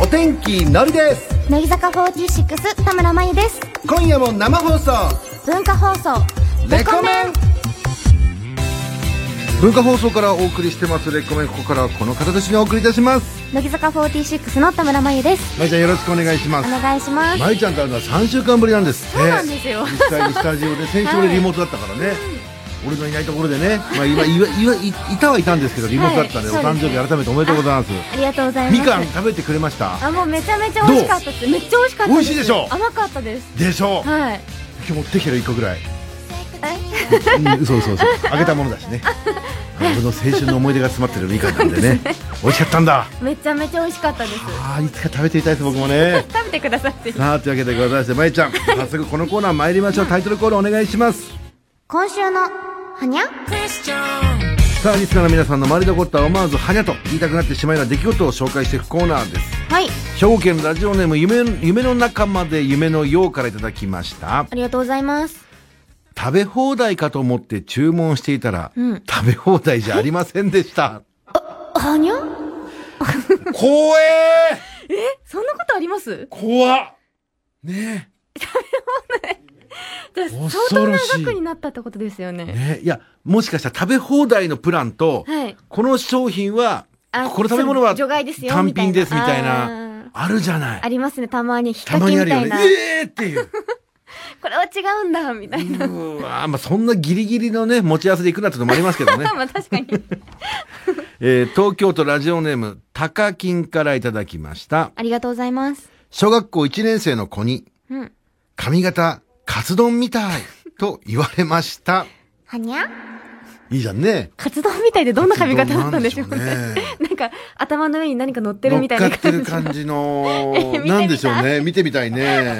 お天気のりです乃木坂46田村真由です今夜も生放送文化放送レコメン文化放送からお送りしてますレコメンここからはこの方と一緒にお送りいたします乃木坂46の田村真由ですまゆちゃんよろしくお願いしまおす願いします、まゆちゃんと会うのは3週間ぶりなんですってそうなんですよ実際にスタジオで先週俺リモートだったからね、俺のいないところでね、まあ、今いわいわいいたはいたんですけどリモートだったんで、はいお誕生日改めておめでとうございますありがとうございますみかん食べてくれましたあもうめちゃめちゃ美味しかったですめっちゃ美味しかった美味しいでしょ甘かったですでしょうはい今日持ってきてる1個ぐらいえうん、そうそうそう、あげたものだしね。俺の青春の思い出が詰まってるみかんなんでね。美味しかったんだ。めちゃめちゃ美味しかったですああ、いつか食べてみたいです、僕もね。食べてくださいってさあ、というわけでございまして、まゆちゃん、早速このコーナー参りましょう。タイトルコールお願いします。今週のはにゃさあ、リスナーの皆さんの周りで起こった思わずはにゃと言いたくなってしまうような出来事を紹介していくコーナーです。はい兵庫県ラジオネーム夢夢の中まで夢のようからいただきましたありがとうございます食べ放題かと思って注文していたら、うん食べ放題じゃありませんでしたはにゃ怖えーそんなことあります怖っねじゃあ相恐ろしい当な額になったってことですよねえ。ねえ。いや、もしかしたら食べ放題のプランと、はいこの商品は、あこの食べ物は除外ですよ単品ですみたいあなー、あるじゃない。ありますねたまに引った掛まけにあみるよたいね。なええーっていう。これは違うんだみ たいなうわーまあそんなギリギリのね、持ち合わせで行くなってのもありますけ 。どねまあ確かにえー東京都ラジオネーム、タカキンからいただきました。ありがとうございます小学校1年生の子に、うん髪型、カツ丼みたい、と言われました。はにゃいいじゃんね。カツ丼みたいでどんな髪型だったんでしょうカツ丼ね。なんでしょうね。 なんか頭の上に何か乗ってるみたいな乗感っじ。かってる感じの え見てみたいなんでしょうね見てみたい ね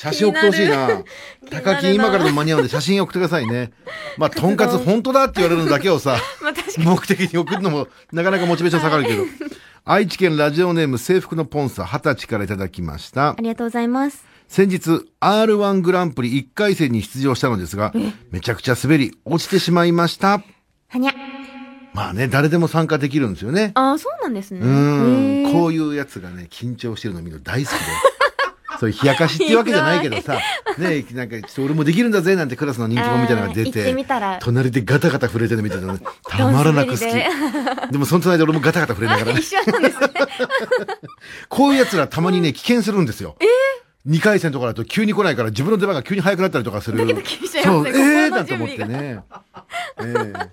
写真送ってほしいな気になる高木今からでも間に合うんで写真送ってください ねまあとんかつ本当だって言われるのだけをさまあ 確かに。目的に送るのもなかなかモチベーション下がるけど愛知県ラジオネーム制服のポンサ二十歳からいただきましたありがとうございます。先日 R1 グランプリ1回戦に出場したのですがめちゃくちゃ滑り落ちてしまいましたはにゃ。まあね誰でも参加できるんですよねああ、そうなんですね。うーへんーこういうやつがね、緊張してるの見るの 大好きで。そういう冷やかしっていうわけじゃないけどさ、ねなんか、ちょっと俺もできるんだぜなんてクラスの人気者みたいなのが出あー行っててみたら、隣でガタガタ触れてるみたいなのね、たまらなく好き。ドン滑りでもその隣で俺もガタガタ触れながらね 一緒なんですね。こういうやつらたまにね、危険するんですよ。2回戦とかだと急に来ないから自分の出番が急に早くなったりとかする。ドキドキしちゃいそますう、ねええー、だ心のと準思っ備てがね。えー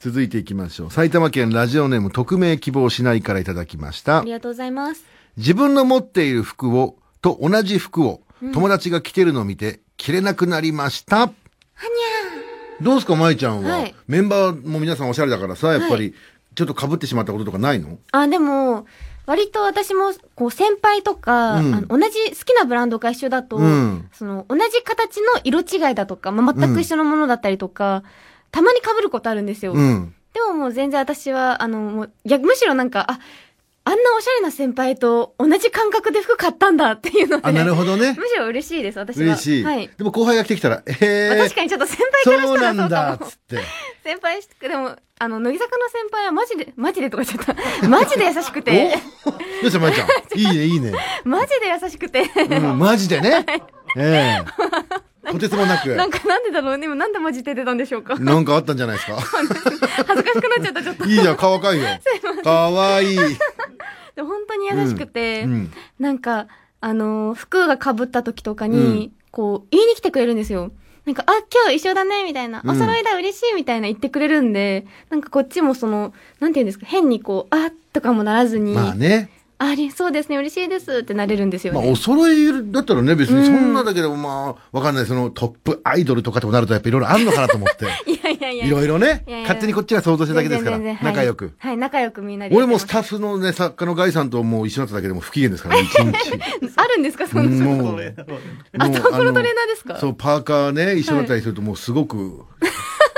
続いていきましょう。埼玉県ラジオネーム匿名希望しないからいただきましたあり。がとうございます。自分の持っている服を、と同じ服を、友達が着てるのを見て、着れなくなりました。はにゃどうすか、まいちゃんは、はいメンバーも皆さんおしゃれだからさ、やっぱり、ちょっと被ってしまったこととかないのあ、でも、割と私も、こう、先輩とか、うんあの同じ好きなブランドが一緒だと、うんその、同じ形の色違いだとか、まあ、全く一緒のものだったりとか、たまに被ることあるんですよ。うん。でももう全然私は、あの、もう、逆、むしろなんか、あ、あんなおしゃれな先輩と同じ感覚で服買ったんだっていうので。あ、なるほどね。むしろ嬉しいです、私は。嬉しい。はい。でも後輩が着てきたら、えーまあ、確かにちょっと先輩からしそうたならそんうかだ、も。つ って。先輩し、でも、あの、乃木坂の先輩はマジで、マジでとか言っちゃった。 マジで優しくて、お どうした、まいちゃん。いいね、いいね。マジで優しくて、 うん、マジでね。 ええとてつもなく。 なんかなんでだろうね、今なんでマジで出たんでしょうか。恥なんかあったんじゃないですか。ずかしくなっちゃった、ちょっと。いいじゃん、顔 赤いよ。かわ いい。でも本当に優しくて、うん。なんか、あのー服が被った時とかに、うんこう、言いに来てくれるんですよ。なんか、あ、今日一緒だね、みたいな、うんお揃いだ、嬉しい、みたいな言ってくれるんで、なんかこっちもその、なんて言うんですか、変にこう、あ、とかもならずに、まあね。あり、そうですね、嬉しいですってなれるんですよまあ、ね。お揃いだったらね、別うにんそんなだけど、まあ、わかんない、そのトップアイドルとかとなると、やっぱいろいろあるのかなと思って。いやいやいや。いろいろねいやいや、勝手にこっちが想像してるだけですから、全然全然仲良く。はい。はい、仲良くみんなで。俺もスタッフのね、作家のガイさんともう一緒になっただけでもう不機嫌ですからね、一日。あるんですか、そ んな。もう、もうあ、トこのトレーナーですあのかそう、パーカーね、一緒になったりするともうすごく、も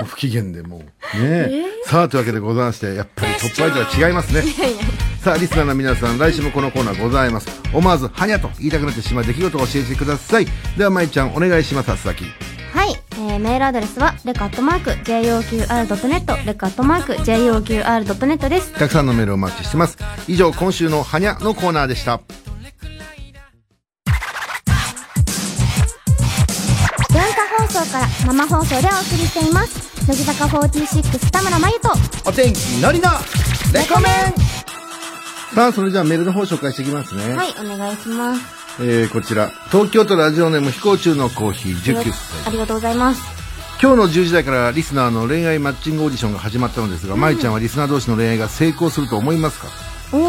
う不機嫌でもう。ね さあ、というわけでございまして、やっぱりトップアイドルは違いますね。いやいや。さあリスナーの皆さん来週もこのコーナーございます思わず「はにゃ」と言いたくなってしまう出来事を教えてくださいではまいちゃんお願いしますさっきはい、えーえーメールアドレスはレカットマーク JOQR.net レカットマーク JOQR.net ですたくさんのメールをお待ちしてます。以上、今週のハニャのコーナーでした。文化放送から生放送でお送りしています乃木坂46田村真由とお天気のりのレコメさあ、それじゃあメールの方紹介していきますね。はいお願いしますえー、こちら、東京都ラジオネーム飛行中のコーヒー19歳。ありがとうございます今日の10時台からリスナーの恋愛マッチングオーディションが始まったのですが、まゆちゃんはリスナー同士の恋愛が成功すると思いますかおお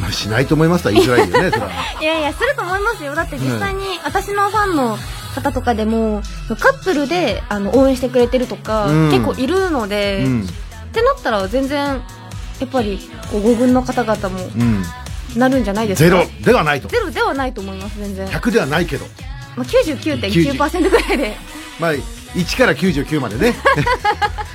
まあ、しないと思いますとは言いづらいよね、それは。いやいやすると思いますよだって実際に私のファンの方とかでもカップルであの応援してくれてるとか、うん結構いるので、うん。ってなったら全然やっぱりこう五軍の方々も うん。なるんじゃないですかゼロではないと。ゼロではないと思います全然、ま100ではないけど。あ、99.9%ぐ らいでまあ、1から99まで ね。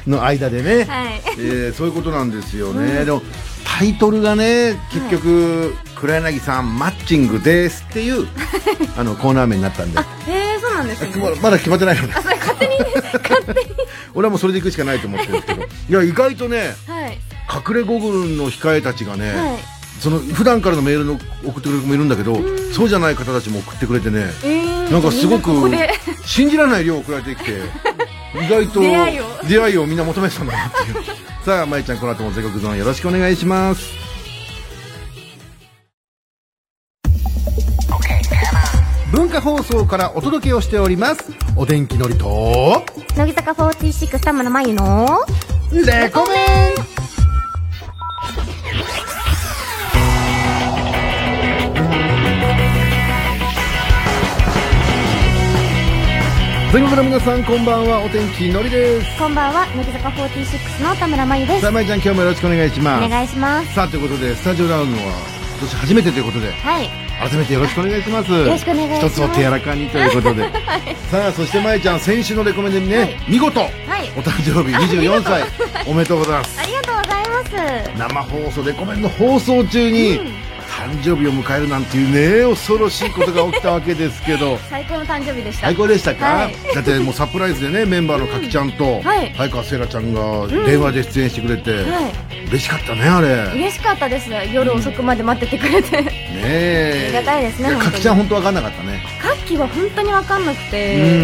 の間でね。はいえーそういうことなんですよね、でもタイトルがね結局、黒柳さんマッチングですっていうあのコーナー名になった んでえー、そうなんです ねままだ決まってないのねそれ勝手にね勝手に 俺はもうそれでいくしかないと思ってるんです けどいや意外とねはい隠れ五軍の控えたちがね、はいその普段からのメールの送ってくれる子もいるんだけどそうじゃない方たちも送ってくれてねえー、なんかすごくみんなここで信じられない量送られてき て意外と出会いを出会いをみんな求めてたんだなっていう さあまいちゃんこの後も全国ゾーンよろしくお願いします文化放送からお届けをしておりますお天気のりと乃木坂46田村真由のレコメン全国の皆さんこんばんはお天気のりですこんばんは乃木坂46の田村真由ですさあまいちゃん今日もよろしくお願いしおます願いしますさあということでスタジオラウンドは今年初めてということではい改めてよろしくお願いしますよろしくお願いします一つお手柔らかにということ で、さあそしてまいちゃん先週のレコメンでね、見事、いお誕生日24歳 おめでとうございますありがとうございます生放送レコメンの放送中に、誕生日を迎えるなんていうね恐ろしいことが起きたわけですけ ど最高の誕生日でした最高でしたか、はいだってもうサプライズでねメンバーのかきちゃんとはい早川せいらちゃんが電話で出演してくれて、はい嬉しかったねあれね嬉しかったです夜遅くまで待っててくれてえありがたいですねや本当かにきちゃん本当わかんなかったね、カッキは本当に分かんなくて、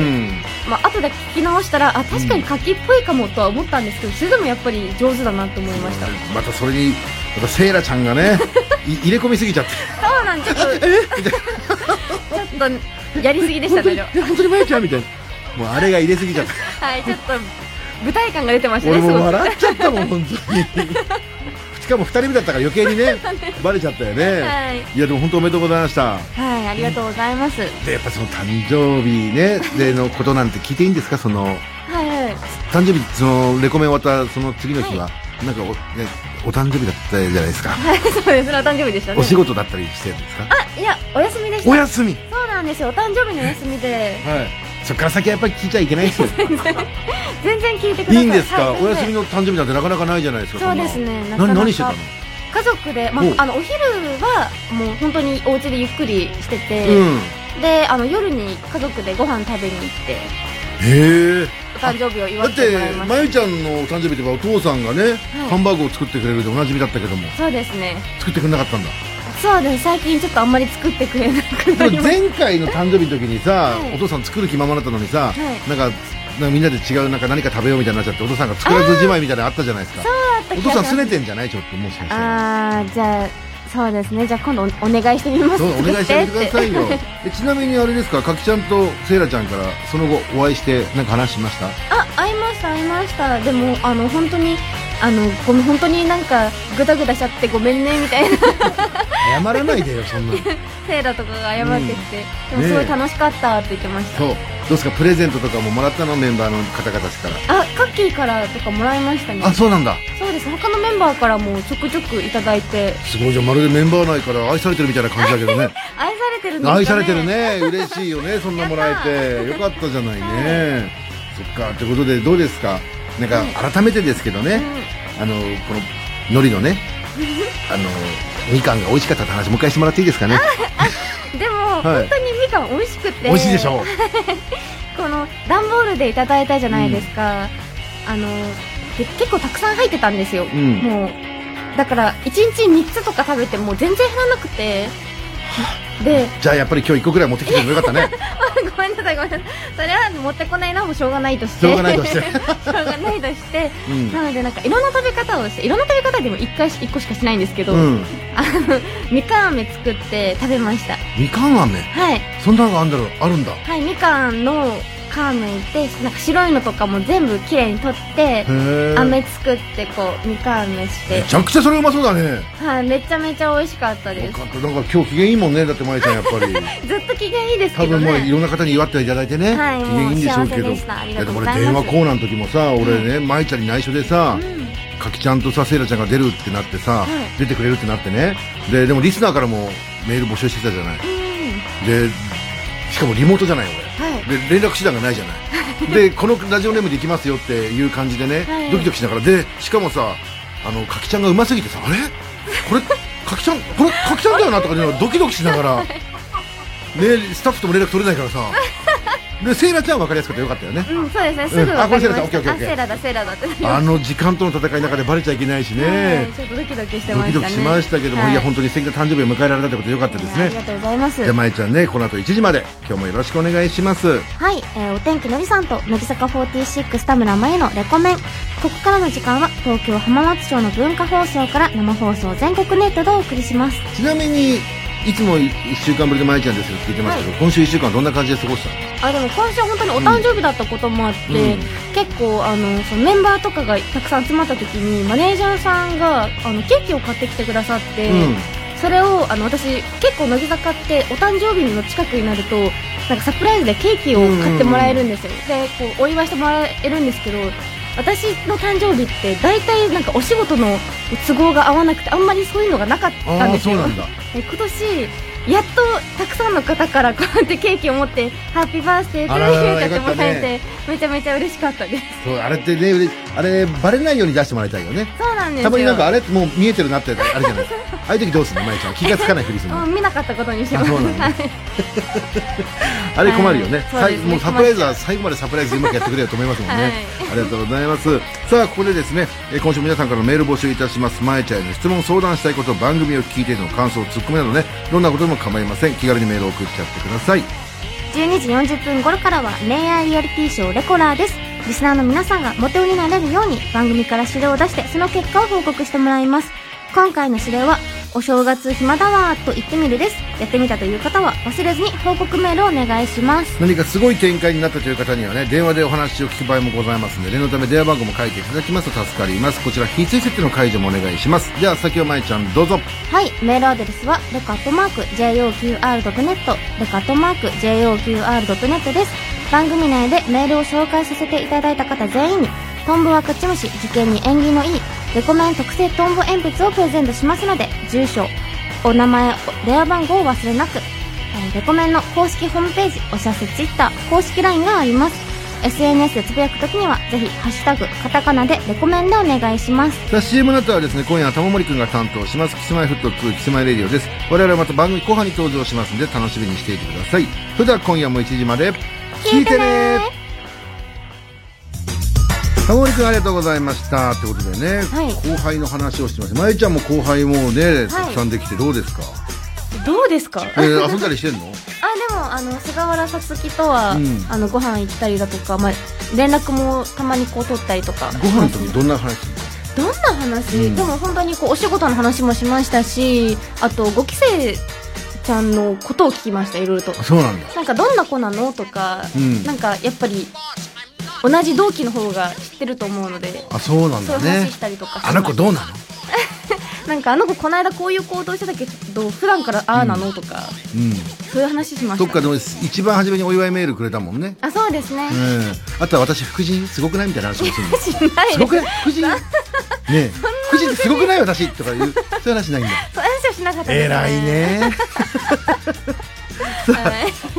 まあ後で聞き直したらあ確かにカッキっぽいかもとは思ったんですけどそれでもやっぱり上手だなと思いました、うんまたそれにまたセイラちゃんが ねい入れ込みすぎちゃってそうなんちょっとちょっとやりすぎでしたねでもえ本当にまやちゃんみたいなもうあれが入れすぎちゃったはいちょっと舞台感が出てました俺ねすもごく笑っちゃったもん本当にしかも2人目だったから余計に ねバレちゃったよね、はいやでも本当おめでとうございましたはいありがとうございます、でやっぱその誕生日ねでのことなんて聞いていいんですかそのはい はい誕生日そのレコメン終わったその次の日は、なんかお,、ね、お誕生日だったじゃないですか、はいそうですそれは誕生日でしたねお仕事だったりしてるんですかあいやお休みでしたお休みそうなんですよお誕生日のお休みではいそっから先はやっぱり聞いちゃいけないで すよ全然聞いてくださいいいんですか、はお休みのの誕生日なんてなかなかないじゃないですかそうんなですねなかなか何何してたの家族で、まあおう、あのお昼はもう本当にお家でゆっくりしてうて、んであの夜に家族でご飯食べに行ってへえお誕生日を祝だっってもらていまましゆちゃんのお誕生日といえばお父さんがね、いハンバーグを作ってくれるでおなじみだったけどもたそうですね作ってくれなかった んだそうです最近ちょっとあんまり作ってくれなくなでりもまし前回の誕生日の時にさ、はいお父さん作る気ままだったのにさ、はいなんかなんかみんなで違うなんか何か食べようみたいになっちゃってお父さんが作らずじまいみたいなのあったじゃないですかたお父さんすねてんじゃないちょっともしかした らあーじゃあそうですねじゃあ今度おお願いしてみますそうお願いしてみてくださいよ作ってってえちなみにあれですかかきちゃんとせいらちゃんからその後お会いしてなんか話しましたあ会いました会いましたでもあの本当にあのごめん本当になんかグダグダしちゃってごめんねみたいな謝らないでよそんなのせいだとかが謝ってきて、うんでもすごねえい楽しかったって言ってました、そうどうですかプレゼントとかももらったのメンバーの方々からあカッキーからとかもらいましたねあそうなんだそうです他のメンバーからもちょくちょくいただいてすごいじゃんまるでメンバー内から愛されてるみたいな感じだけどね愛されてるんですかね愛されてるね嬉しいよねそんなもらえてよかったじゃないねそっかということでどうですかなんか改めてですけどね、あのこの海苔のねあのみかんが美味しかったって話もう一回してもらっていいですかねでも、はい本当にみかん美味しくて美味しいでしょこの段ボールでいただいたじゃないですか、あので結構たくさん入ってたんですよ、うんもうだから1日3つとか食べても全然減らなくてで じゃあやっぱり今日1個ぐらい持ってきてもよかったねごめんなさいごめんなさいそれは持ってこないのはもうしょうがないとしてしょうがないと してしょうがないとしてうんなのでなんかいろんな食べ方をしていろんな食べ方でも1回し一個しかしないんですけど、うんあのみかん飴作って食べましたみかん飴はいそんなのがあんだろうあるんだへはいみかんの皮むいてなんか白いのとかも全部きれいに取ってえ飴作ってこうみかん飴してめちゃくちゃそれうまそうだねはいめちゃめちゃ美味しかったよですかったなんか今日機嫌いいもんねだってまえちゃんやっぱりずっと機嫌いいです多けど分もういねろんな方に祝っていただいてね、はい機嫌いいんでしょうけもどう幸せでしたありだがってとうご俺ざいます電話コーナーの時もさ俺ねまいちゃんに内緒でさ、かきちゃんとさせいらちゃんが出るってなってさ、出てくれるってなってねででもリスナーからもメール募集してたじゃないでしかもリモートじゃない俺、で連絡手段がないじゃないでこのラジオネームで行きますよっていう感じでね、はいドキドキしながらでしかもさあのかきちゃんがうますぎてさあれこれかきちゃんこれかきちゃんだよなとかねドキドキしながら、ね、スタッフとも連絡取れないからさでセイラちゃんは分かりやすかったよかったよねうんそうですねすぐうんあわこかれセりーラだましたオッケーオあッケーセーラだセーラだってあの時間との戦いの中でバレちゃいけないしはねい、ちょっとドキドキしてドまキしたねドキしましたけども、、はいや本当に素敵な誕生日を迎えられたということでよかったですいやありねがとうございますじゃあまえちゃんねこの後1時まで今日もよろしくお願いしますはい、えーお天気のりさんと乃木坂46田村真由のレコメンここからの時間は東京浜松町の文化放送から生放送全国ネットでお送りしますちなみにいつも1週間ぶりでまえちゃんですよって言ってますけど、今週1週間どんな感じで過ごしたのあでも今週本当にお誕生日だったこともあって、うん結構あのそのメンバーとかがたくさん集まった時にマネージャーさんがあのケーキを買ってきてくださって、うんそれをあの私結構乃木坂ってお誕生日の近くになるとなんかサプライズでケーキを買ってもらえるんですよ、でこうお祝いしてもらえるんですけど私の誕生日って大体なんかお仕事の都合が合わなくてあんまりそういうのがなかったんああですそうよなんだえ今年やっとたくさんの方からこうやってケーキを持って「ハッピーバースデー」あとらららいうってもらえて、よめちゃめちゃ嬉しかったですそうあれってねうれあれバレないように出してもらいたいよねそうなんですよたまになんかあれもう見えてるなってあれじゃないああいう時どうするのまえちゃん気がつかないふりする うのん見なかったことにしまあすそうなんだはいあれ困るよね,そうさい、ですねもうサプライズは最後までサプライズでうまくやってくれよと思いますもんね、はいありがとうございますさあここでですねえー今週も皆さんからのメール募集いたしますまえちゃんへの質問相談したいこと番組を聞いての感想ツッコミなどねどんなことでも構いません気軽にメールを送っちゃってください12時40分頃からは恋愛リアリティショーレコラーですリスナーの皆さんがモテ男になれるように番組から指令を出してその結果を報告してもらいます今回の指令はお正月暇だわーと言ってみるですやってみたという方は忘れずに報告メールをお願いします何かすごい展開になったという方にはね電話でお話を聞く場合もございますので念のため電話番号も書いていただきますと助かりますこちら非追設定の解除もお願いしますじゃあ先をまえちゃんどうぞはいメールアドレスはレカットマーク JOQR.net レカットマーク JOQR.net です番組内でメールを紹介させていただいた方全員にトンボは勝ち虫受験に縁起のいいレコメン特製トンボ鉛筆をプレゼントしますので住所お名前電話番号を忘れなくえーレコメンの公式ホームページお知らせツイッター公式 LINE があります SNS でつぶやくときにはぜひ「ハッシュタグカタカナ」でレコメンでお願いしますさあ CM の後はですね今夜は玉森くんが担当しますキスマイフット2キスマイレディオです我々はまた番組後半に登場しますので楽しみにしていてくださいそれでは今夜も1時まで聞いてね玉森くんありがとうございましたってことでね、はい後輩の話をしてましたまゆちゃんも後輩もねたくさんできてどうですか、どうですかえー遊んだりしてんのあでもあの菅原さつきとは、うんあのご飯行ったりだとか、まあ、連絡もたまにこう取ったりとかご飯の時どんな話するのどんな話、うんでも本当にこうお仕事の話もしましたしあと5期生ちゃんのことを聞きましたいろいろとあそうなんだなんかどんな子なのとか、うんなんかやっぱり同じ同期の方が知ってると思うのであそうなんそういだう話ねしたりとかしましあたの子どうなのなんかあの子この間こういう行動してたけど普段からああなのとか、うんそういう話しまそしっかたでも一番初めにお祝いメールくれたもんねあそうですねう、んあとは私福神すごくないみたいな話もする んですしないですすごくない9時ねえ9時ってすごくない私とかいうそういう話ないんだ そういう話はしなかったです偉いねさあ、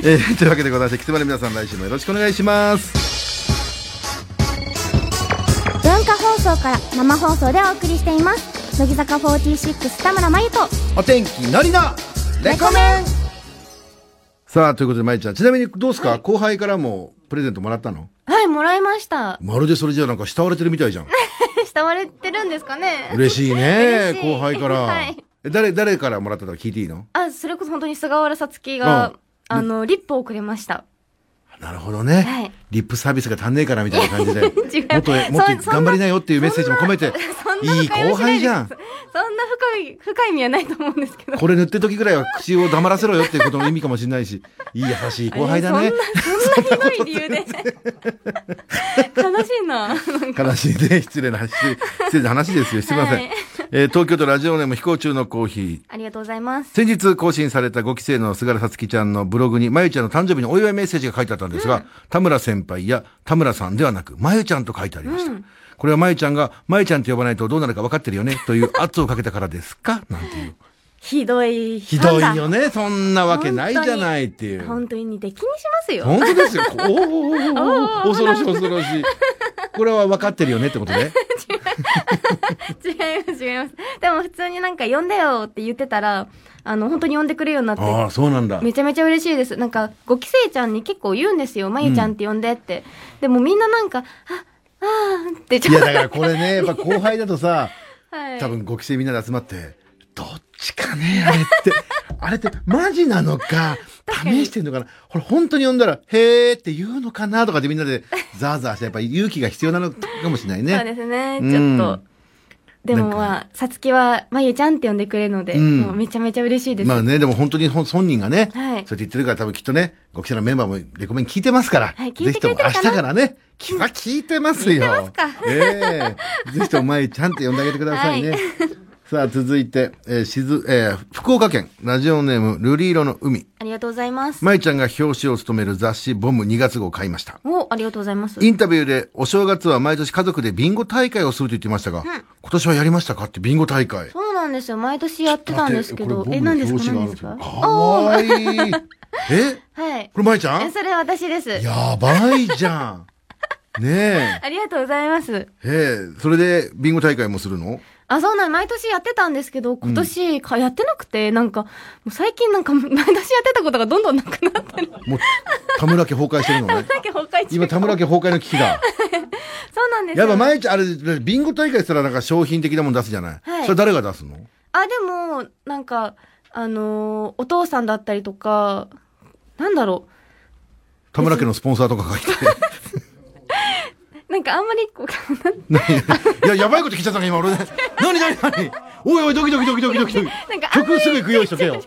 えーというわけでございましてキツバの皆さん来週もよろしくお願いします文化放送から生放送でお送りしています乃木坂46田村真由とお天気のりのレコメンさあということでまいちゃんちなみにどうですか、後輩からもプレゼントもらったのはい、もらいました。 まるでそれじゃなんか慕われてるみたいじゃん。慕われてるんですかね嬉しいね 嬉しい後輩から、はいえ誰誰からもらったとか聞いていいのあ、それこそ本当に菅原さつきが、あの、リップをくれました。なるほどね、はいリップサービスが足んねえからみたいな感 じでもっ違うとそもっとそんな頑張りなよっていうメッセージも込めてそんないい深後読みしな輩いですじゃんそんな深い、深い意味はないと思うんですけど。これ塗ってる時ぐらいは口を黙らせろよっていうことの意味かもしれない しいい優しい後輩だねそんな、そんなひどい理 由で。悲しいな。悲しいね失礼な話失礼な話ですよすいません、はいえー東京都ラジオネーム飛行中のコーヒーありがとうございます。先日更新された5期生の菅原さつきちゃんのブログに、まゆちゃんの誕生日のお祝いメッセージが書いてあったんですが、田村先輩や田村さんではなく、まゆちゃんと書いてありました。これはまゆちゃんが、まゆちゃんと呼ばないとどうなるか分かってるよね、という圧をかけたからですかなんていう。ひどい。ひどいよね、そんなわけないじゃないっていう。本当に出来にしますよ。本当ですよ。おーおーおーおー恐ろしい恐ろしい。これは分かってるよねってことね。違います、違います。でも普通になんか呼んでよって言ってたら、あの、本当に呼んでくれるようになって、ああ、そうなんだ。めちゃめちゃ嬉しいです。なんか、ご期生ちゃんに結構言うんですよ。まゆちゃんって呼んでって。でもみんななんか、あ、あーってちいょや、っと、だからこれね、やっぱ後輩だとさ、はい。多分ご期生みんなで集まって、どっちかね、あれって、 あれってマジなのか、試してんのかな、ほら、本当に呼んだら、へーって言うのかなとかってみんなでザーザーして、やっぱり勇気が必要なのかもしれないそうね。ですね、うんちょっと。でもなんかまあ、さつきは、まゆちゃんって呼んでくれるので、うんもうめちゃめちゃ嬉しいです。まあね、でも本当に本本人がね、そうはいやって言ってるから多分きっとね、ご期生のメンバーもレコメン聞いてますから、はい聞ぜいひてとくもれて明る日かかならね、気は聞いてますよ。ええぜひともまゆちゃんって呼んであげてくださいね。はいさあ、続いて、えー、しず、えー福岡県、ラジオネーム、ルリーロの海。ありがとうございます。まゆちゃんが表紙を務める雑誌ボム2月号を買いました。お、ありがとうございます。インタビューでお正月は毎年家族でビンゴ大会をすると言っていましたが、今年はやりましたかってビンゴ大会。そうなんですよ。毎年やってたんですけだっどて。え、これ何ですかボムの表何ですか紙があるんですよかわいい。えはい。これまゆちゃえ、んそれ私です。やばいじゃん。ねありがとうございます。え。ええ、それでビンゴ大会もするのあ、そうなん、毎年やってたんですけど、今年か、やってなくて、なんか、もう最近なんか、 毎年やってたことがどんどんなくなってる。もう、田村家崩壊してるのね。だけ崩壊中。今田村家崩壊の危機だ。そうなんですやよ。っぱまゆちゃん、あれ、ビンゴ大会したらなんか商品的なもん出すじゃない、はいそれ誰が出すのあ、でも、なんか、あのーお父さんだったりとか、なんだろ田村家のスポンサーとか書いて。 う。なんかあんまり、こう、なん何 いや、やばいこと聞いちゃったね、今 俺。何何何おいおい、ドキドキドキドキドキドキ。なんかあんま曲り、すぐ行く用意しとけ よ。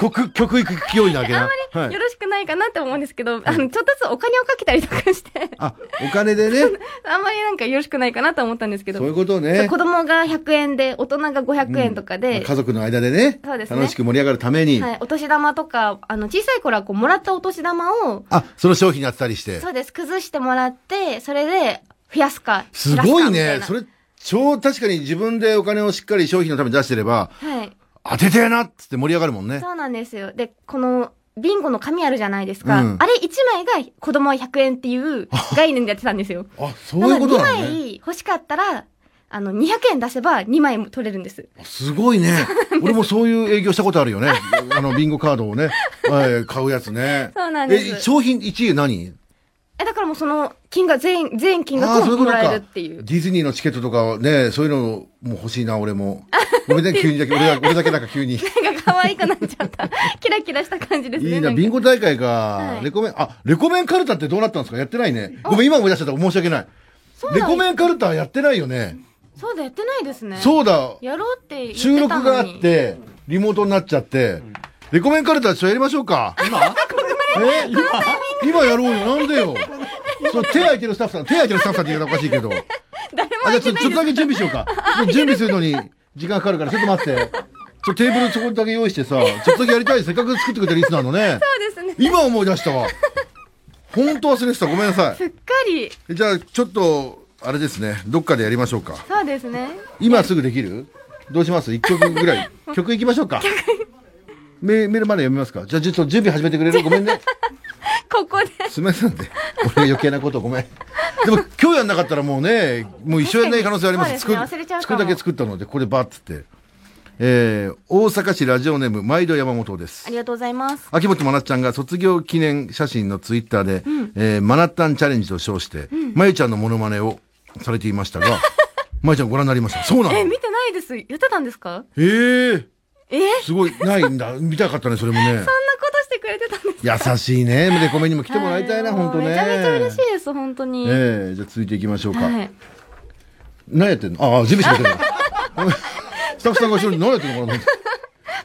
曲、曲行く用意だけな。はよい。ろしくないかなって思うんですけど、あの、ちょっとずつお金をかけたりとかして、あ、お金で ね。あんまりなんかよろしくないかなと思ったんですけど、そういうことね子。供が100円で、大人が500円とかで、家族の間でね。そうですね楽しく盛り上がるために。はい、お年玉とか、あの、小さい頃はこう、もらったお年玉を、あ、その商品になってたりして。そうです、崩してもらって、それで、増やすか、す減ごいらかみたねな。それ、超確かに自分でお金をしっかり商品のために出してれば、はい。当ててえなっつって盛り上がるもんね。そうなんですよ。で、この、ビンゴの紙あるじゃないですか。うんあれ1枚が子供は100円っていう概念でやってたんですよ。あ、そういうことななのので2ね。枚欲しかったら、あの、200円出せば2枚も取れるんです。すごいね。俺もそういう営業したことある よね。あの、ビンゴカードをね、はい買うやつね。そうなんですえ、商品1位何え、だからもうその、金額、全、全金額ーをもらえるっていう。ディズニーのチケットとかね、そういうのも欲しいな、俺 も。ごめんね、急にだけ、俺だ俺だけなんか急に。なんか可愛くなっちゃった。 キラキラした感じですね。いいな、んかビンゴ大会かは。いレコメン、あ、レコメンカルタってどうなったんですかやってないね。ごめん、今思い出しちゃった。申し訳ない。そうなんレコメンカルタやってないよね。そうだ、やってないですね。そうだ、やろうって言ってた収のに。録があっ。て、リモートになっちゃって、レコメンカルタちょっとやりましょうか。今え今今やろうよ。なんでよ。そう、手空いてるスタッフさん、手空いてるスタッフさんって言うのおかしいけど。誰もあ、じゃあちょちょっとだけ準備しようか。準備するのに時間かかるから、ちょっと待って。ちょ、テーブルそこだけ用意してさ、ちょっとだけやりたい。せっかく作ってくれたリスナーのね。そうですね。今思い出したわ。本当忘れてた。ごめんなさすっかり。い。じゃあ、ちょっと、あれですね。どっかでやりましょうか。そうですね。今すぐできるどうします一曲ぐ らい。曲いきましょうか。メメールまで読みますかじゃあ、ちょっと準備始めてくれるごめん ね。ここで。すみませんね。俺が余計なことごめん。でも今日やんなかったらもうね、もう一生やんない可能性あります。そうですね作忘れちゃうかも作るだけ作ったので、ここでバッつって。えー大阪市ラジオネーム、毎度山本ですあ。りがとうございます。秋元真夏ちゃんが卒業記念写真のツイッターで、えーマナッタンチャレンジと称して、まゆちゃんのモノマネをされていました が、まゆちゃんご覧になりました。そうなのえ、見てないです。やってたんですかえー、えそんなすごい、ないんだ。見たかったね、それもね。ことしてくれてたんです。優しいね。レコメにも来てもらいたいな、は本当ね。もうめちゃめちゃ嬉しいです、本当に。ええじゃあ続いていきましょうか。はい。何やってんのああ、準備してくれてる。 スタッフさんが後ろに何やってんのかなと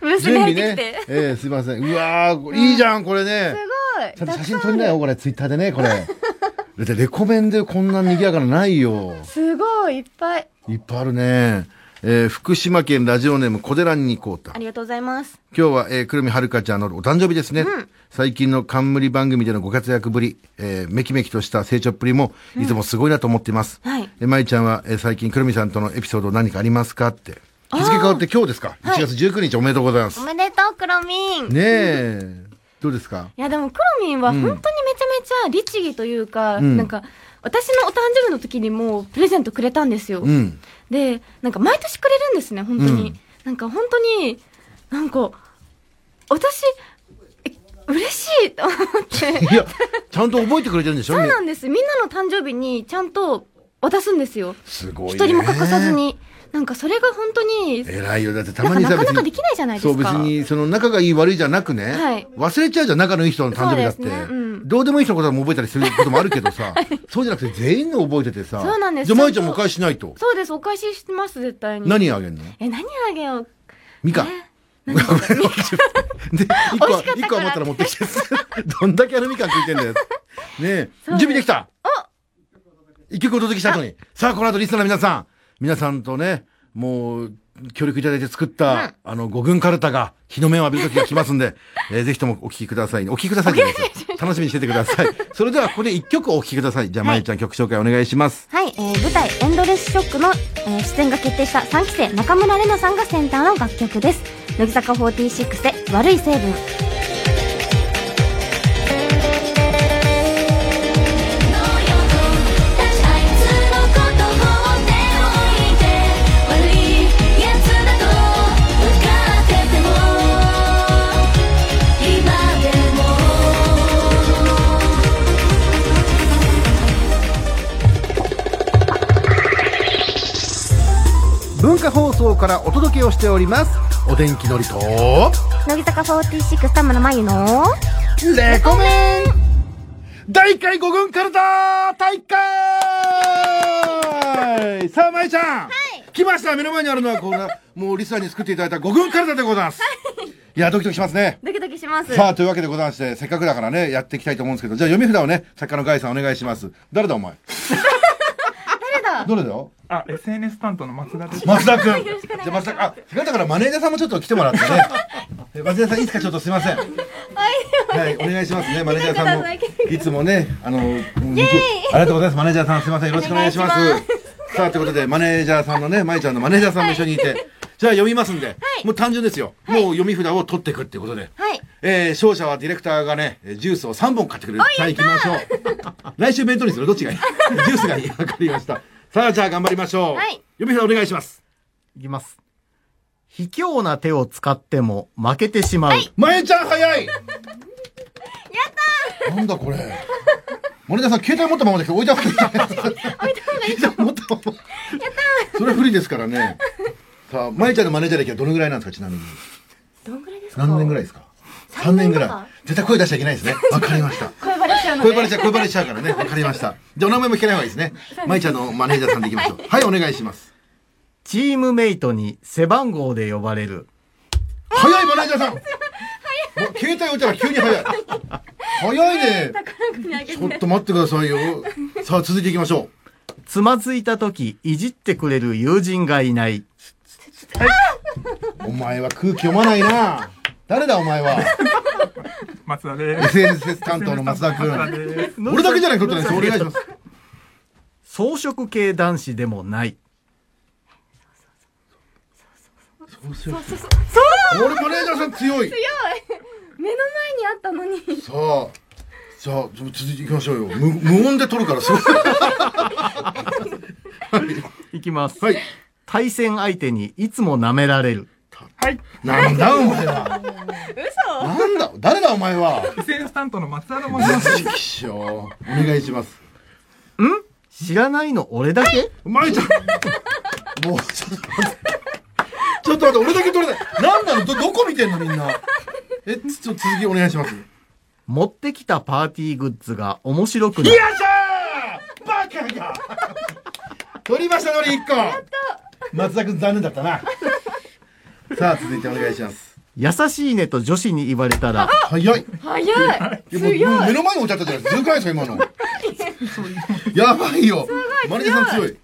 思って娘準入備ってきねて。。ええすいません。うわー、これいいじゃん、これね。すちゃごんい。と写真撮りなよ、これ、ツイッターでね、これ。だってレコメンでこんな賑やかなのないよ。すごい、いっぱい。いっぱいあるね。えー、福島県ラジオネーム小寺にこうたあ。りがとうございます。今日は、えー、くるみはるかちゃんのお誕生日ですね。最近の冠番組でのご活躍ぶり、えー、めきめきとした成長っぷりも、いつもすごいなと思っています。はいえー、まいちゃんは、えー最近くるみさんとのエピソード何かありますかって。日付変わって今日ですか ?1 月19日おめでとうございます。おねめでとう、クロミン。え。どうですかいやでもクロミンは本当にめちゃめちゃ律儀というか、んなんか私のお誕生日の時にもうプレゼントくれたんですよ、 うん。でなんか毎年くれるんですね本当に、うんなんか本当になんか私え嬉しいと思って いや、ちゃんと覚えてくれてるんでしょそうねなんですみんなの誕生日にちゃんと渡すんですよすごいね。一人も欠かさず。になんかそれが本当に偉いよ。だってたなんまにかなさ、かなか別でにきないじゃないでそうす別かにその仲がいい悪いじゃなくね、はい忘れちゃうじゃん仲のいい人の誕生日だって、そうですねうんどうでもいい人のことも覚えたりすることもあるけど さ、そうじゃなくて全員の覚えててさそうなんでじすゃあまゆちゃんちもゃんおと返ししないとそうですお返しします絶対に何あげんのえ何あげようみかんえ で、一個美は味しかっ一たから、個余ったら持ってき て。どんだけあのみかん食いてんだよ。ねえ、そう準備できた一曲お届けした後に。さあ、この後リスナーの皆さん、皆さんとね、もう、協力いただいて作った、あの、五軍カルタが、日の目を浴びる時が来ますん で、えーぜひともお聴きください。お聴きくださいじゃないですよ楽しみにしててください。それでは、ここで一曲お聴きください。じゃあ、まゆちゃん曲紹介お願いします。はい、えー舞台「エンドレスショックの」えー出演が決定した3期生中村玲奈さんがセンターの楽曲です乃木坂46で「悪い成分」の横「あいつのこと放っておいて」「悪いやつだと分かってても今でも」文化放送からお届けをしております。お天気のりと、乃木坂46田村真由のレコメン第1回5軍カルタ大会さあ、まいちゃん、来ました目の前にあるのは、こんな、もうリスナーに作っていただいた5軍カルタでございます、い、や、ドキドキしますね。ドキドキしますさあ、というわけでございまして、せっかくだからね、やっていきたいと思うんですけど、じゃあ読み札をね、作家のガイさんお願いします。誰だお前。誰だどれだよあ、SNS 担当の松田です。松田君。じゃあ松田君、あ、せっかくだからマネージャーさんもちょっと来ても らってね。え松田さんいいですかちょっとすいません。はい、お願いしますね。マネージャーさんもいつもね、あの、うんありがとうございます。マネージャーさんすいません。よろしくお願いします。さあということでマネージャーさんのね、まいちゃんのマネージャーさんも一緒にいて、じゃあ読みますんで、もう単純ですよ。もう読み札を取っていくっていうことで。はいえー勝者はディレクターがね、えージュースを3本買ってくれる。さあ行きましょう。来週弁当にするどっちがいいジュースがいい。わかりました。さあじゃあ頑張りましょう。はい読み札お願いします。いきます。卑怯な手を使っても負けてしまう。まえちゃん早いやったなんだこれ。マネージャーさん携帯持ったままで置いた方がいい。置いた方がいい。持ったまま。や ったそれ不利ですからね。さあ、まえちゃんのマネージャー歴はどのぐらいなんですかちなみに。 どんぐらいですか何年ぐらいですか3年ぐらい。絶対声出しちゃいけないですね。わかりました。声バレちゃうの声バレちゃう、声バレちゃうからね。わかりました。じゃあお名前も聞かない方がいいですね。まいちゃんのマネージャーさんでいきましょう。はい、お願いします。チームメイトに背番号で呼ばれる。早いマネージャーさんもう携帯置いたら急に早い。早いね。ちょっと待ってくださいよ。さあ、続いていきましょう。つまずいた時、いじってくれる友人がいない。お前は空気読まないな。誰だお前は。松田です。 SNS 担当の松田君。松田です。俺だけじゃないことないです。お願いします。草食系男子でもない。俺マネージャーさん強い。目の前にあったのにさあ、じゃあ、続いていきましょうよ。無無音で撮るから、すごい。いきます。はい。対戦相手にいつも舐められる。対はい。なんだお前は。嘘なんだ誰だお前は。エッセンス担当の松田と申します。ちきしょうお願いします。知らないの俺だけお前ちょっ と。もうちょっと待って。ちょっと待って、俺だけ取れない。なんなのど、どこ見てんのみんな。え、ちょっと続きお願いします。持ってきたパーティーグッズが面白くない。よっしゃーバカが取りましたのり1個松田君残念だったなさあ続いてお願いします優しいねと女子に言われたら、早い早いいやもうもう目の前に置いちゃったじゃないですかずるくないですか今のやばいよマリネさん強い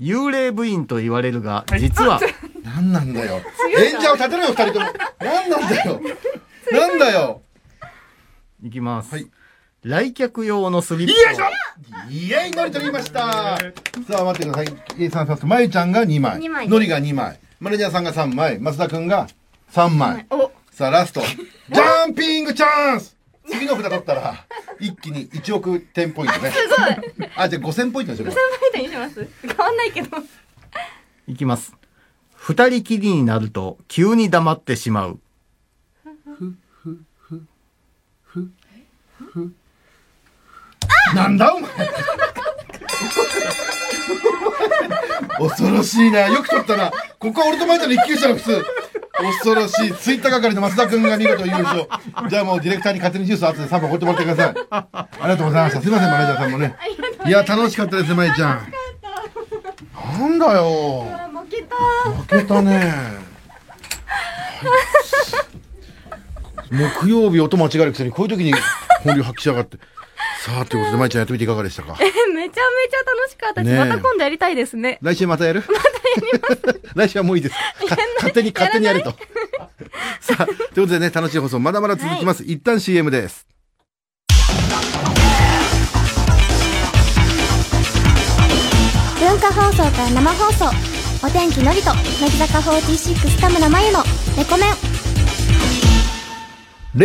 幽霊部員と言われるが、実は、何なんだよ演者を立てろよ二人とも何なんだよなんだよいきます。はい来客用のスリッよいしパをょイエイのり取りましたさあ待ってください計算させてまゆちゃんが2枚のりが2枚マネージャーさんが3枚松田君が3枚おさあラストジャンピングチャンス次の札取ったら一気に1億点ポイントねすごいあじゃあ5000ポイントにしようかファイターにします変わんないけどいきます。二人きりになると、急に黙ってしまう。なんだお前お前恐ろしいなよく取ったなここは俺とまゆちゃんの一騎打ちだろ普通恐ろしいツイッター係の増田君が見事優勝じゃあもうディレクターに勝手にジュース後で3本送ってもらってくださいありがとうございましたすいませんマネージャーさんもねいや楽しかったですねまゆちゃんなんだよ負けた負けたね。木曜日音間違えるくせにこういう時に本領発揮しやがって。さあということでまいちゃんやってみていかがでしたか。えめちゃめちゃ楽しかったです、ねえまた今度やりたいですね来週またやる。またやります。来週はもういいです。か勝手に勝手にやると。さあということでね楽しい放送まだまだ続きます。一旦 CM です。文化放送から生放送お天気のりと乃木坂46田村真由のレコメ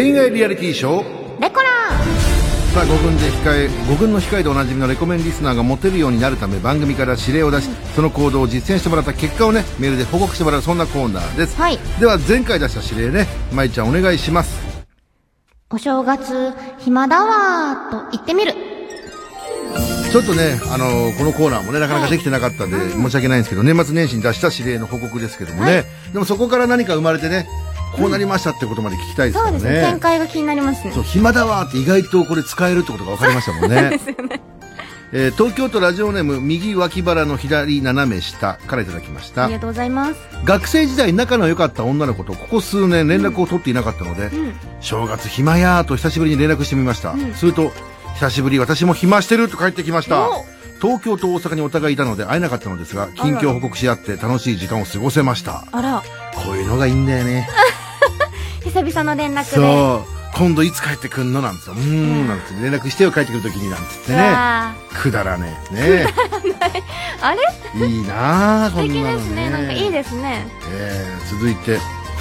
ン恋愛リアリティショー。レコランさあ5軍で控え5軍の控えでおなじみのレコメンリスナーがモテるようになるため番組から指令を出しその行動を実践してもらった結果をねメールで報告してもらうそんなコーナーです、はいでは前回出した指令ねまいちゃんお願いしますお正月暇だわーと言ってみるちょっとねあのーこのコーナーもねなかなかできてなかったんで、申し訳ないんですけど年末年始に出した指令の報告ですけどもね、でもそこから何か生まれてねこうなりましたってことまで聞きたいですそかうらねですね展開が気になりますねそう暇だわーって意外とこれ使えるってことが分かりましたもんねえー東京都ラジオネーム右脇腹の左斜め下からいただきましあたりがとうございます学生時代仲の良かった女の子とここ数年連絡を取っていなかったので、正月暇やーと久しぶりに連絡してみました、すると久しぶり私も暇してると帰ってきました東京と大阪にお互いいたので会えなかったのですが近況報告し合って楽しい時間を過ごせましたあらこういうのがいいんだよね久々の連絡でうそう今度いつ帰ってくんのなんてうーんなんて連絡してよ帰ってくるときになんて言ってねわくだらねえねあれえいいなあこ素ん敵なでのすねねなんかいいですねえー続いて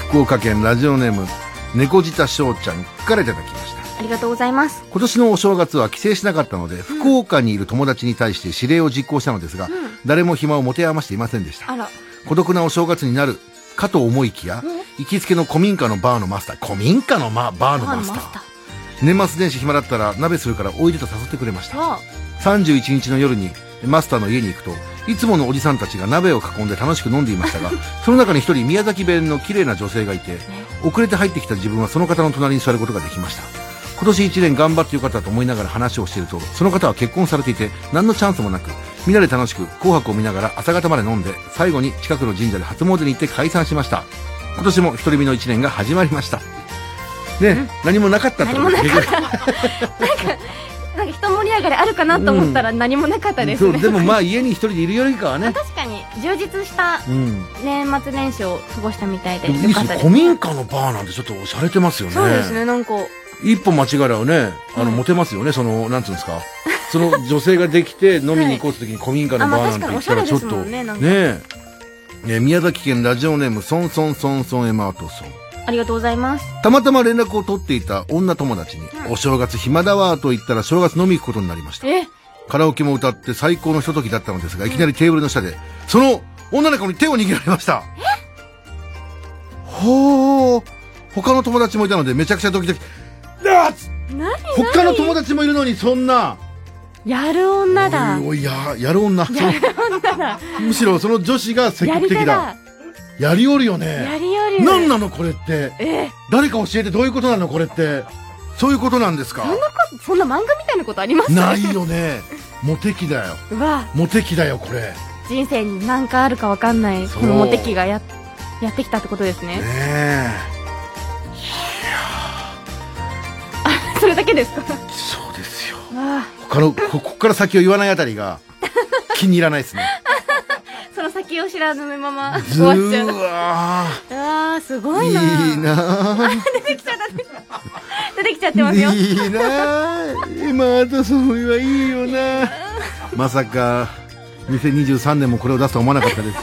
福岡県ラジオネーム猫舌翔ちゃんからいただきましたありがとうございます今年のお正月は帰省しなかったので、福岡にいる友達に対して指令を実行したのですが、誰も暇を持て余していませんでしたあら孤独なお正月になるかと思いきや、行きつけの古民家のバーのマスター古民家の、ま、バーのマスターバーのマ年末年始暇だったら鍋するからおいでと誘ってくれましたわ31日の夜にマスターの家に行くといつものおじさんたちが鍋を囲んで楽しく飲んでいま したがその中に一人宮崎弁の綺麗な女性がいて遅れて入ってきた自分はその方の隣に座ることができました今年1年頑張ってよかったと思いながら話をしているとその方は結婚されていて何のチャンスもなくみんなで楽しく「紅白」を見ながら朝方まで飲んで最後に近くの神社で初詣に行って解散しました今年も独り身の1年が始まりましたね、何もなかったってこと結局なんか一盛り上がりあるかなと思ったら何もなかったですね、そうでもまあ家に一人でいるよりかは ね確かに充実したうん年末年始を過ごしたみたいででもいいよでかすっねたで。す古民家のバーなんてちょっと洒落てますよね。そうですねなんか一歩間違えばね、あの、モテますよね。その、なんつうんですか。その女性ができ て飲みに行こうって時に古民家のバーなんて言ったらちょっと、あまあ確かにおしゃれですもんねなんかねえね宮崎県ラジオネーム、ソンソンソンソンエマートソン。ありがとうございますたまたま連絡を取っていた女友達に、お正月暇だわーと言ったら正月飲み行くことになりました。えカラオケも歌って最高のひとときだったのですが、いきなりテーブルの下で、その女の子に手を握られました。ほー他の友達もいたのでめちゃくちゃドキドキあっ何他の友達もいるのにそんなやる女だおいおいややる女その女だむしろその女子が積や極り的手だだやりおるよやねりより何なのこれってえ誰か教えてどういうことなのこれってそういうことなんですかそんな漫画みたいなことありますないよねモテ期だようわモテ期だよこれ人生に何かあるかわかんないそうこのモテ期がややってきたってことですねねえ それだけですか そうですよわあ他のこここから先を言わないあたりが気に入らないですねその先を知らぬままず終わっちゃうーわうわあすごーいないいなー出てきちゃってますよいいなーまたそれはいいよなまさか2023年もこれを出すとは思わなかったです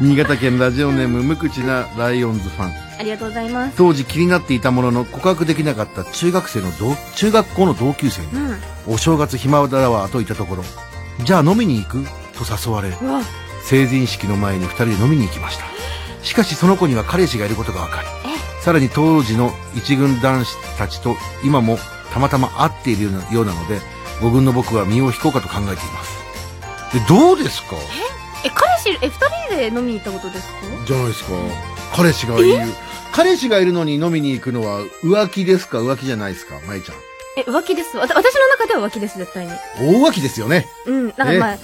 新潟県ラジオネーム無口なライオンズファンありがとうございます当時気になっていたものの告白できなかった中学生の同中学校の同級生に、お正月暇だわと言ったところじゃあ飲みに行くと誘われうわ成人式の前に2人で飲みに行きましたしかしその子には彼氏がいることが分かりさらに当時の一軍男子たちと今もたまたま会っているようなようなので五軍の僕は身を引こうかと考えていますでどうですかえ彼氏え二人で飲みに行ったことですかじゃないですか彼氏がいる彼氏がいるのに飲みに行くのは浮気ですか浮気じゃないですか舞ちゃんえ浮気ですわた私の中では浮気です絶対に大浮気ですよねうん、なんかまあ、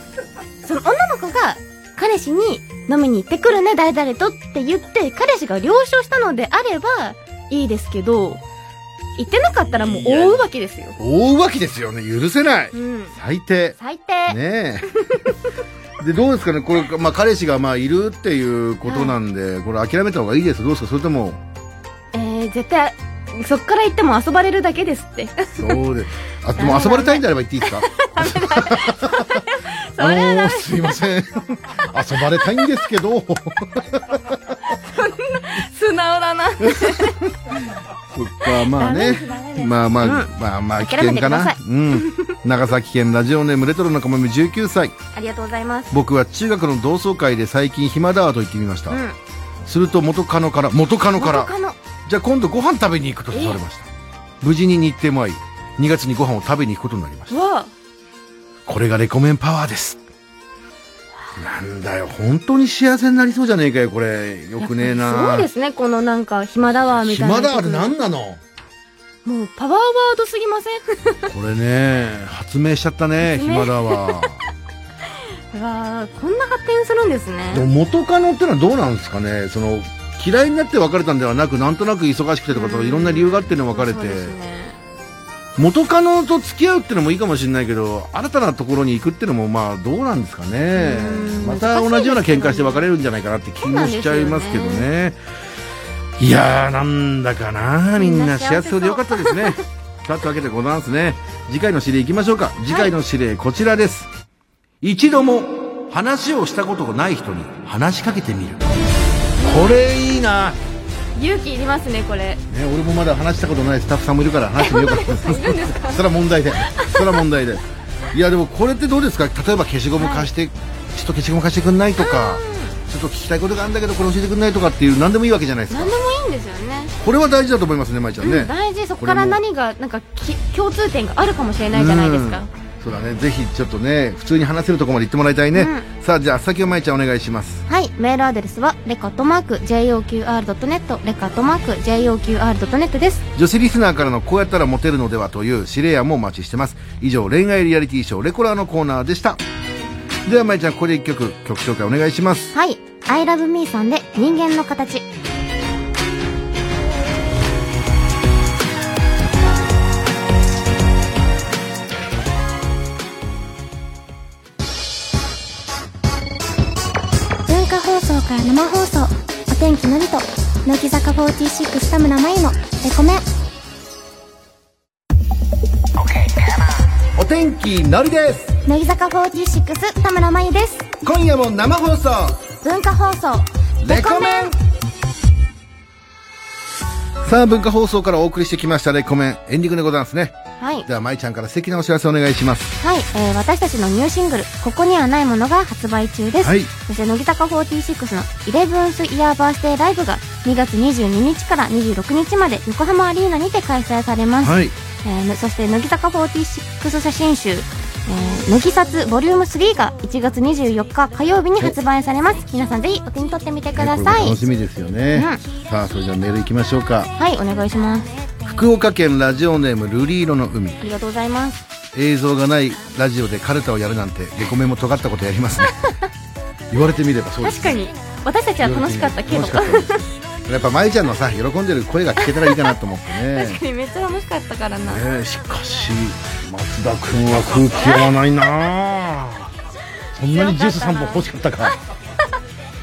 その女の子が彼氏に飲みに行ってくるね、誰々とって言って、彼氏が了承したのであればいいですけど、言ってなかったらもう大浮気ですよ。大浮気ですよね許せないうん。最低最低。ねえでどうですかねこれ、まあ、彼氏がまあいるっていうことなんで、これ諦めた方がいいですどうですかそれともえー、絶対、そっから行っても遊ばれるだけですって。 そうであでも遊ばれたいんであれば言っていいですかダメあのーすいません遊ばれたいんですけどそっ素直だな。かまあねまあまあ、まあまあ危険かな諦めてくださうん長崎県ラジオネームレトロのかもみ19歳ありがとうございます僕は中学の同窓会で最近暇だわと言ってみました、んすると元カノから元カノから他のじゃあ今度ご飯食べに行くと誘われました無事に日程も合い2月にご飯を食べに行くことになりましたわあこれがレコメンパワーですなんだよ本当に幸せになりそうじゃねえかよこれよくねえなそうですね、このなんか、暇だわ、みたいな。暇だって何なのもう、パワーワードすぎません これね発明しちゃったね発明暇だ わうわあこんな発展するんですでもね。元カノってのはどうなんですかねその嫌いになって別れたんではなくなんとなく忙しくてとかうんいろんな理由があっての別れて、そうですね。元カノと付き合うってのもいいかもしれないけど新たなところに行くってのもまあどうなんですかねうんまた同じような喧嘩して別れるんじゃないかなって気もしちゃいますけどねいやーなんだかなみんな幸せそうでよかったですねさあというわけでございますね次回の指令いきましょうか次回の指令こちらです、一度も話をしたことがない人に話しかけてみるこれいいな、ね、勇気いりますね、これ。俺もまだ話したことないスタッフさんもいるから話してみようかな いるんですかそれは問題で、それは問題で。いやでもこれってどうですか。例えば消しゴム貸して、ちょっと消しゴム貸してくんないとか、ちょっと聞きたいことがあるんだけどこれ教えてくんないとかっていう何でもいいわけじゃないですか何。でもいいんですよねこれは大事だと思いますね、まいちゃんね。大事そこからこれも何がなんかき共通点があるかもしれないじゃないですか、うん。そうだね。ぜひちょっとね、普通に話せるところまで行ってもらいたいね。さあじゃあ先をまいちゃんお願いします。はい、メールアドレスは、レカットマーク、JOQR.net、レカットマーク、JOQR.net です。女子リスナーからのこうやったらモテるのではという指令案もお待ちしてます。以上恋愛リアリティショーレコラーのコーナーでした。ではまいちゃんここで一曲曲紹介お願いします。はい、I love me さんで、人間の形。文化放送から生放送、お天気のりと、乃木坂46田村真由の、レコメン。お天気のりです。乃木坂46田村真由です。今夜も生放送文化放送レコメンさあ文化放送からお送りしてきましたレコメンエンディングでございますねはい、では舞ちゃんから素敵なお知らせお願いしますはいえー私たちのニューシングル「ここにはないもの」が発売中です、はいそして乃木坂46の「イレブンスイヤーバースデーライブが2月22日から26日まで横浜アリーナにて開催されます、はい。えーのそして乃木坂46写真集、えー、乃木札ボリューム3が1月24日火曜日に発売されます皆さんぜひお手に取ってみてくださこれい楽しみですよねうん。さあ、それじゃあメール行きましょうか。はいお願いします福岡県ラジオネームルリーロの海。ありがとうございます映像がないラジオでカルタをやるなんてレコメンも尖ったことやりますね言われてみればそうです確かに私たちは楽しかったけど楽しかったですやっぱ舞ちゃんのさ喜んでる声が聞けたらいいかなと思ってね確か にめっちゃ楽しかったからな、 ねえしかし松田君は空気読まないなあそんなにジュース3本欲しかった か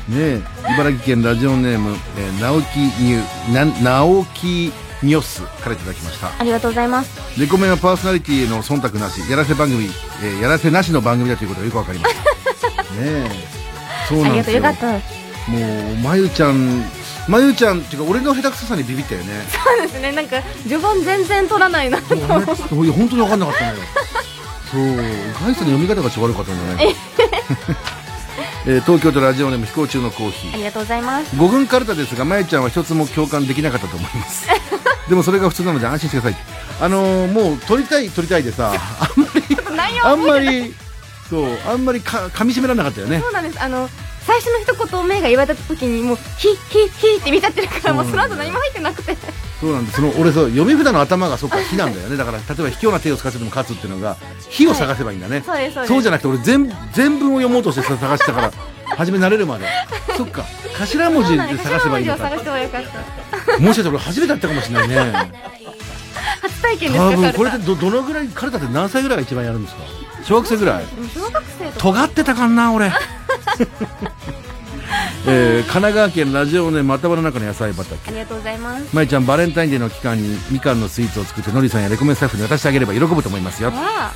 ねえ茨城県ラジオネーム、えー、直木ニューな直木ニョスからいただきましたありがとうございますレコメンはパーソナリティへの忖度なしやらせ番組、えーやらせなしの番組だということがよくわかりましたね えそうあなんりでがとすうよよかったもうまゆちゃんまゆちゃんっていうか俺の下手くそさにビビったよねそうですねなんか序盤全然取らないなも う俺ちょっと いや本当に分かんなかったのよそうガイさんの読み方がちょっと悪かったんじゃ ないかえー東京都ラジオネーム飛行中のコーヒーありがとうございます五軍カルタですが、まゆちゃんは一つも共感できなかったと思います。 でもそれが普通なので安心してください。あのーもう撮りたい撮りたいで さ、あんまり、あんまり、そう、あんまりか噛み締められなかったよねそ。うなんですあの最初の一言目が言われた時にもうヒッヒッヒッって見立ってるからもうその後何も入ってなくてそうなんです。その俺そう読み札の頭がそっか火なん だよね。だから例えば卑怯な手を使ってでも勝つっていうのが火を探せばいいんだね。そうですそうですじゃなくて俺全全文を読もうとして探してたから、初め慣れるまで。そっか頭文字で探せばいいの頭か文字を探。せばよかっもたしかしたら俺初めてやったかもしれないね。 初体験です多か分カルこれっタてどどのぐらいカルタって何歳ぐらいが一番やるんですか小学生ぐらい小学生とか尖ってたかんな 俺えー、神奈川県ラジオネーム頭の中の野菜畑ありがとうございますまいちゃんバレンタインデーの期間にみかんのスイーツを作ってのりさんやレコメンスタッフに渡してあげれば喜ぶと思いますよあ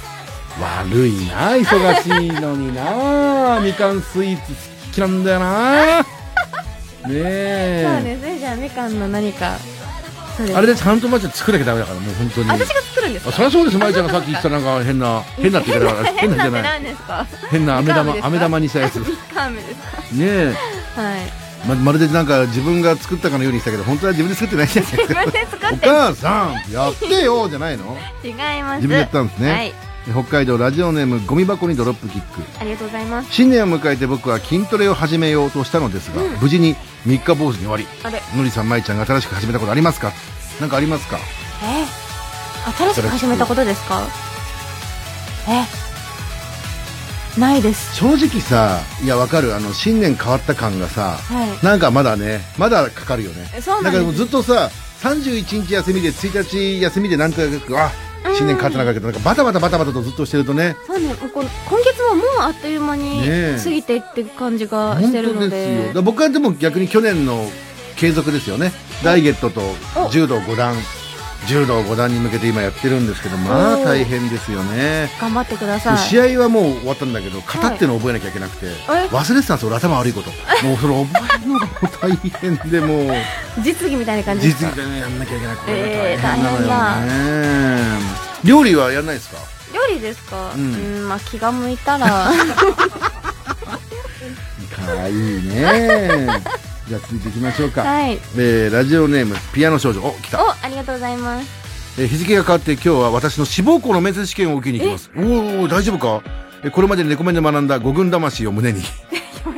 悪いな忙しいのに なみかんスイーツ好きなんだよなねあそうえですねじゃあみかんの何かそうですあれでちゃんとまいちゃん作らなきゃダメだからもう本当に私が作るんですあかそりゃそうですまいちゃんがさっき言ってたなんか変な変なって言い方が変なんじゃななんいて何ですか変な飴みかんです玉か飴玉にしたやつねみかんですかえはいままるでなんか自分が作ったかのようにしたけど本当は自分で作ってないじゃないです 自か分で作おって母さんやってよじゃないの違います自分でやったんですねはい北海道ラジオネームゴミ箱にドロップキックありがとうございます新年を迎えて僕は筋トレを始めようとしたのですが、無事に三日坊主に終わりあれのりさんまいちゃんが新しく始めたことありますかなんかありますかえ新しく始めたことですかえないです正直さいやわかるあの新年変わった感がさ、はいなんかまだねまだかかるよねえそうなだんからもですうずっとさ31日休みで1日休みでなんとなくあ新年変わってなかったけどなんかバタバタバタバタとずっとしてるとねそうね、もうこの今月はもうあっという間にねえ過ぎていって感じがし本てる当のですよだでから僕はでも逆に去年の継続ですよねダイエットと柔道5段柔道5段に向けて今やってるんですけどまあお大変ですよね頑張ってください試合はもう終わったんだけど型っていうのを覚えなきゃいけなくて、はいえ忘れてたんですよ俺頭悪いこともうそれ覚えるのがもう大変でもう。実技みたいな感じです実か技でねやんなきゃいけなくて、えー大変なのよね料理はやらないですか料理ですかううんんまあ気が向いた らかわいいね じゃあ続いていきましょうか、はいえーラジオネームピアノ少女お来た、おありがとうございますえー日付が変わって今日は私の志望校の面接試験を受けに行きますおーおー大丈夫かえーこれまでにレコメンで学んだ五軍魂を胸に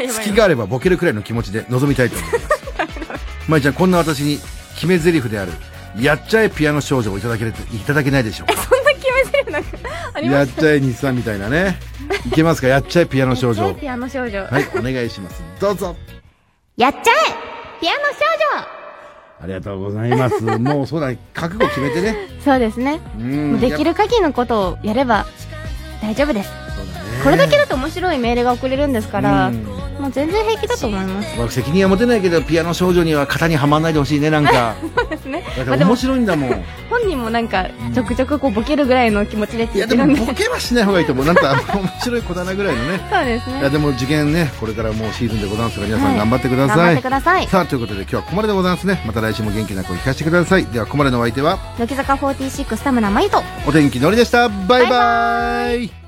隙 があればボケるくらいの気持ちで臨みたいと思いますまいちゃんこんな私に決め台詞であるやっちゃえピアノ少女をいただけれいただけないでしょうかそんな決めてるなんか ありまやっちゃえ日産みたいなね。いけますかやっちゃえピアノ少す女。はねい、ピアノ少女お願いします。どうぞ。やっちゃえピアノ少ありがとうございます。もうそうだね、覚悟決めてね。女そうですねうんできる限りのことをやれば大丈夫ですやっぱそうだね。これだけだと面白いメールが送れるんですからうんもう全然平気だと思いますまあ責任は持てないけど、ピアノ少女には型にはまんないでほしいね、なんか。 そうですね。だって面白いんだもん。い本人もなんかちょくちょくこうボケるぐらいの気持ちでって言や、っでてるんもでボケはしない方がいいと思う。なん か、あの面白い子だなぐらいのね。そうですいねや、でも受験ね、これからもうシーズンでございますから、皆さん頑張ってくださ頑張っい。てくださいさあ、ということで今日はここまででございますね。また来週も元気な声聞かせてください。では、ここまでのお相手は、乃木坂46田村真由とお天気のりでした。バイバイ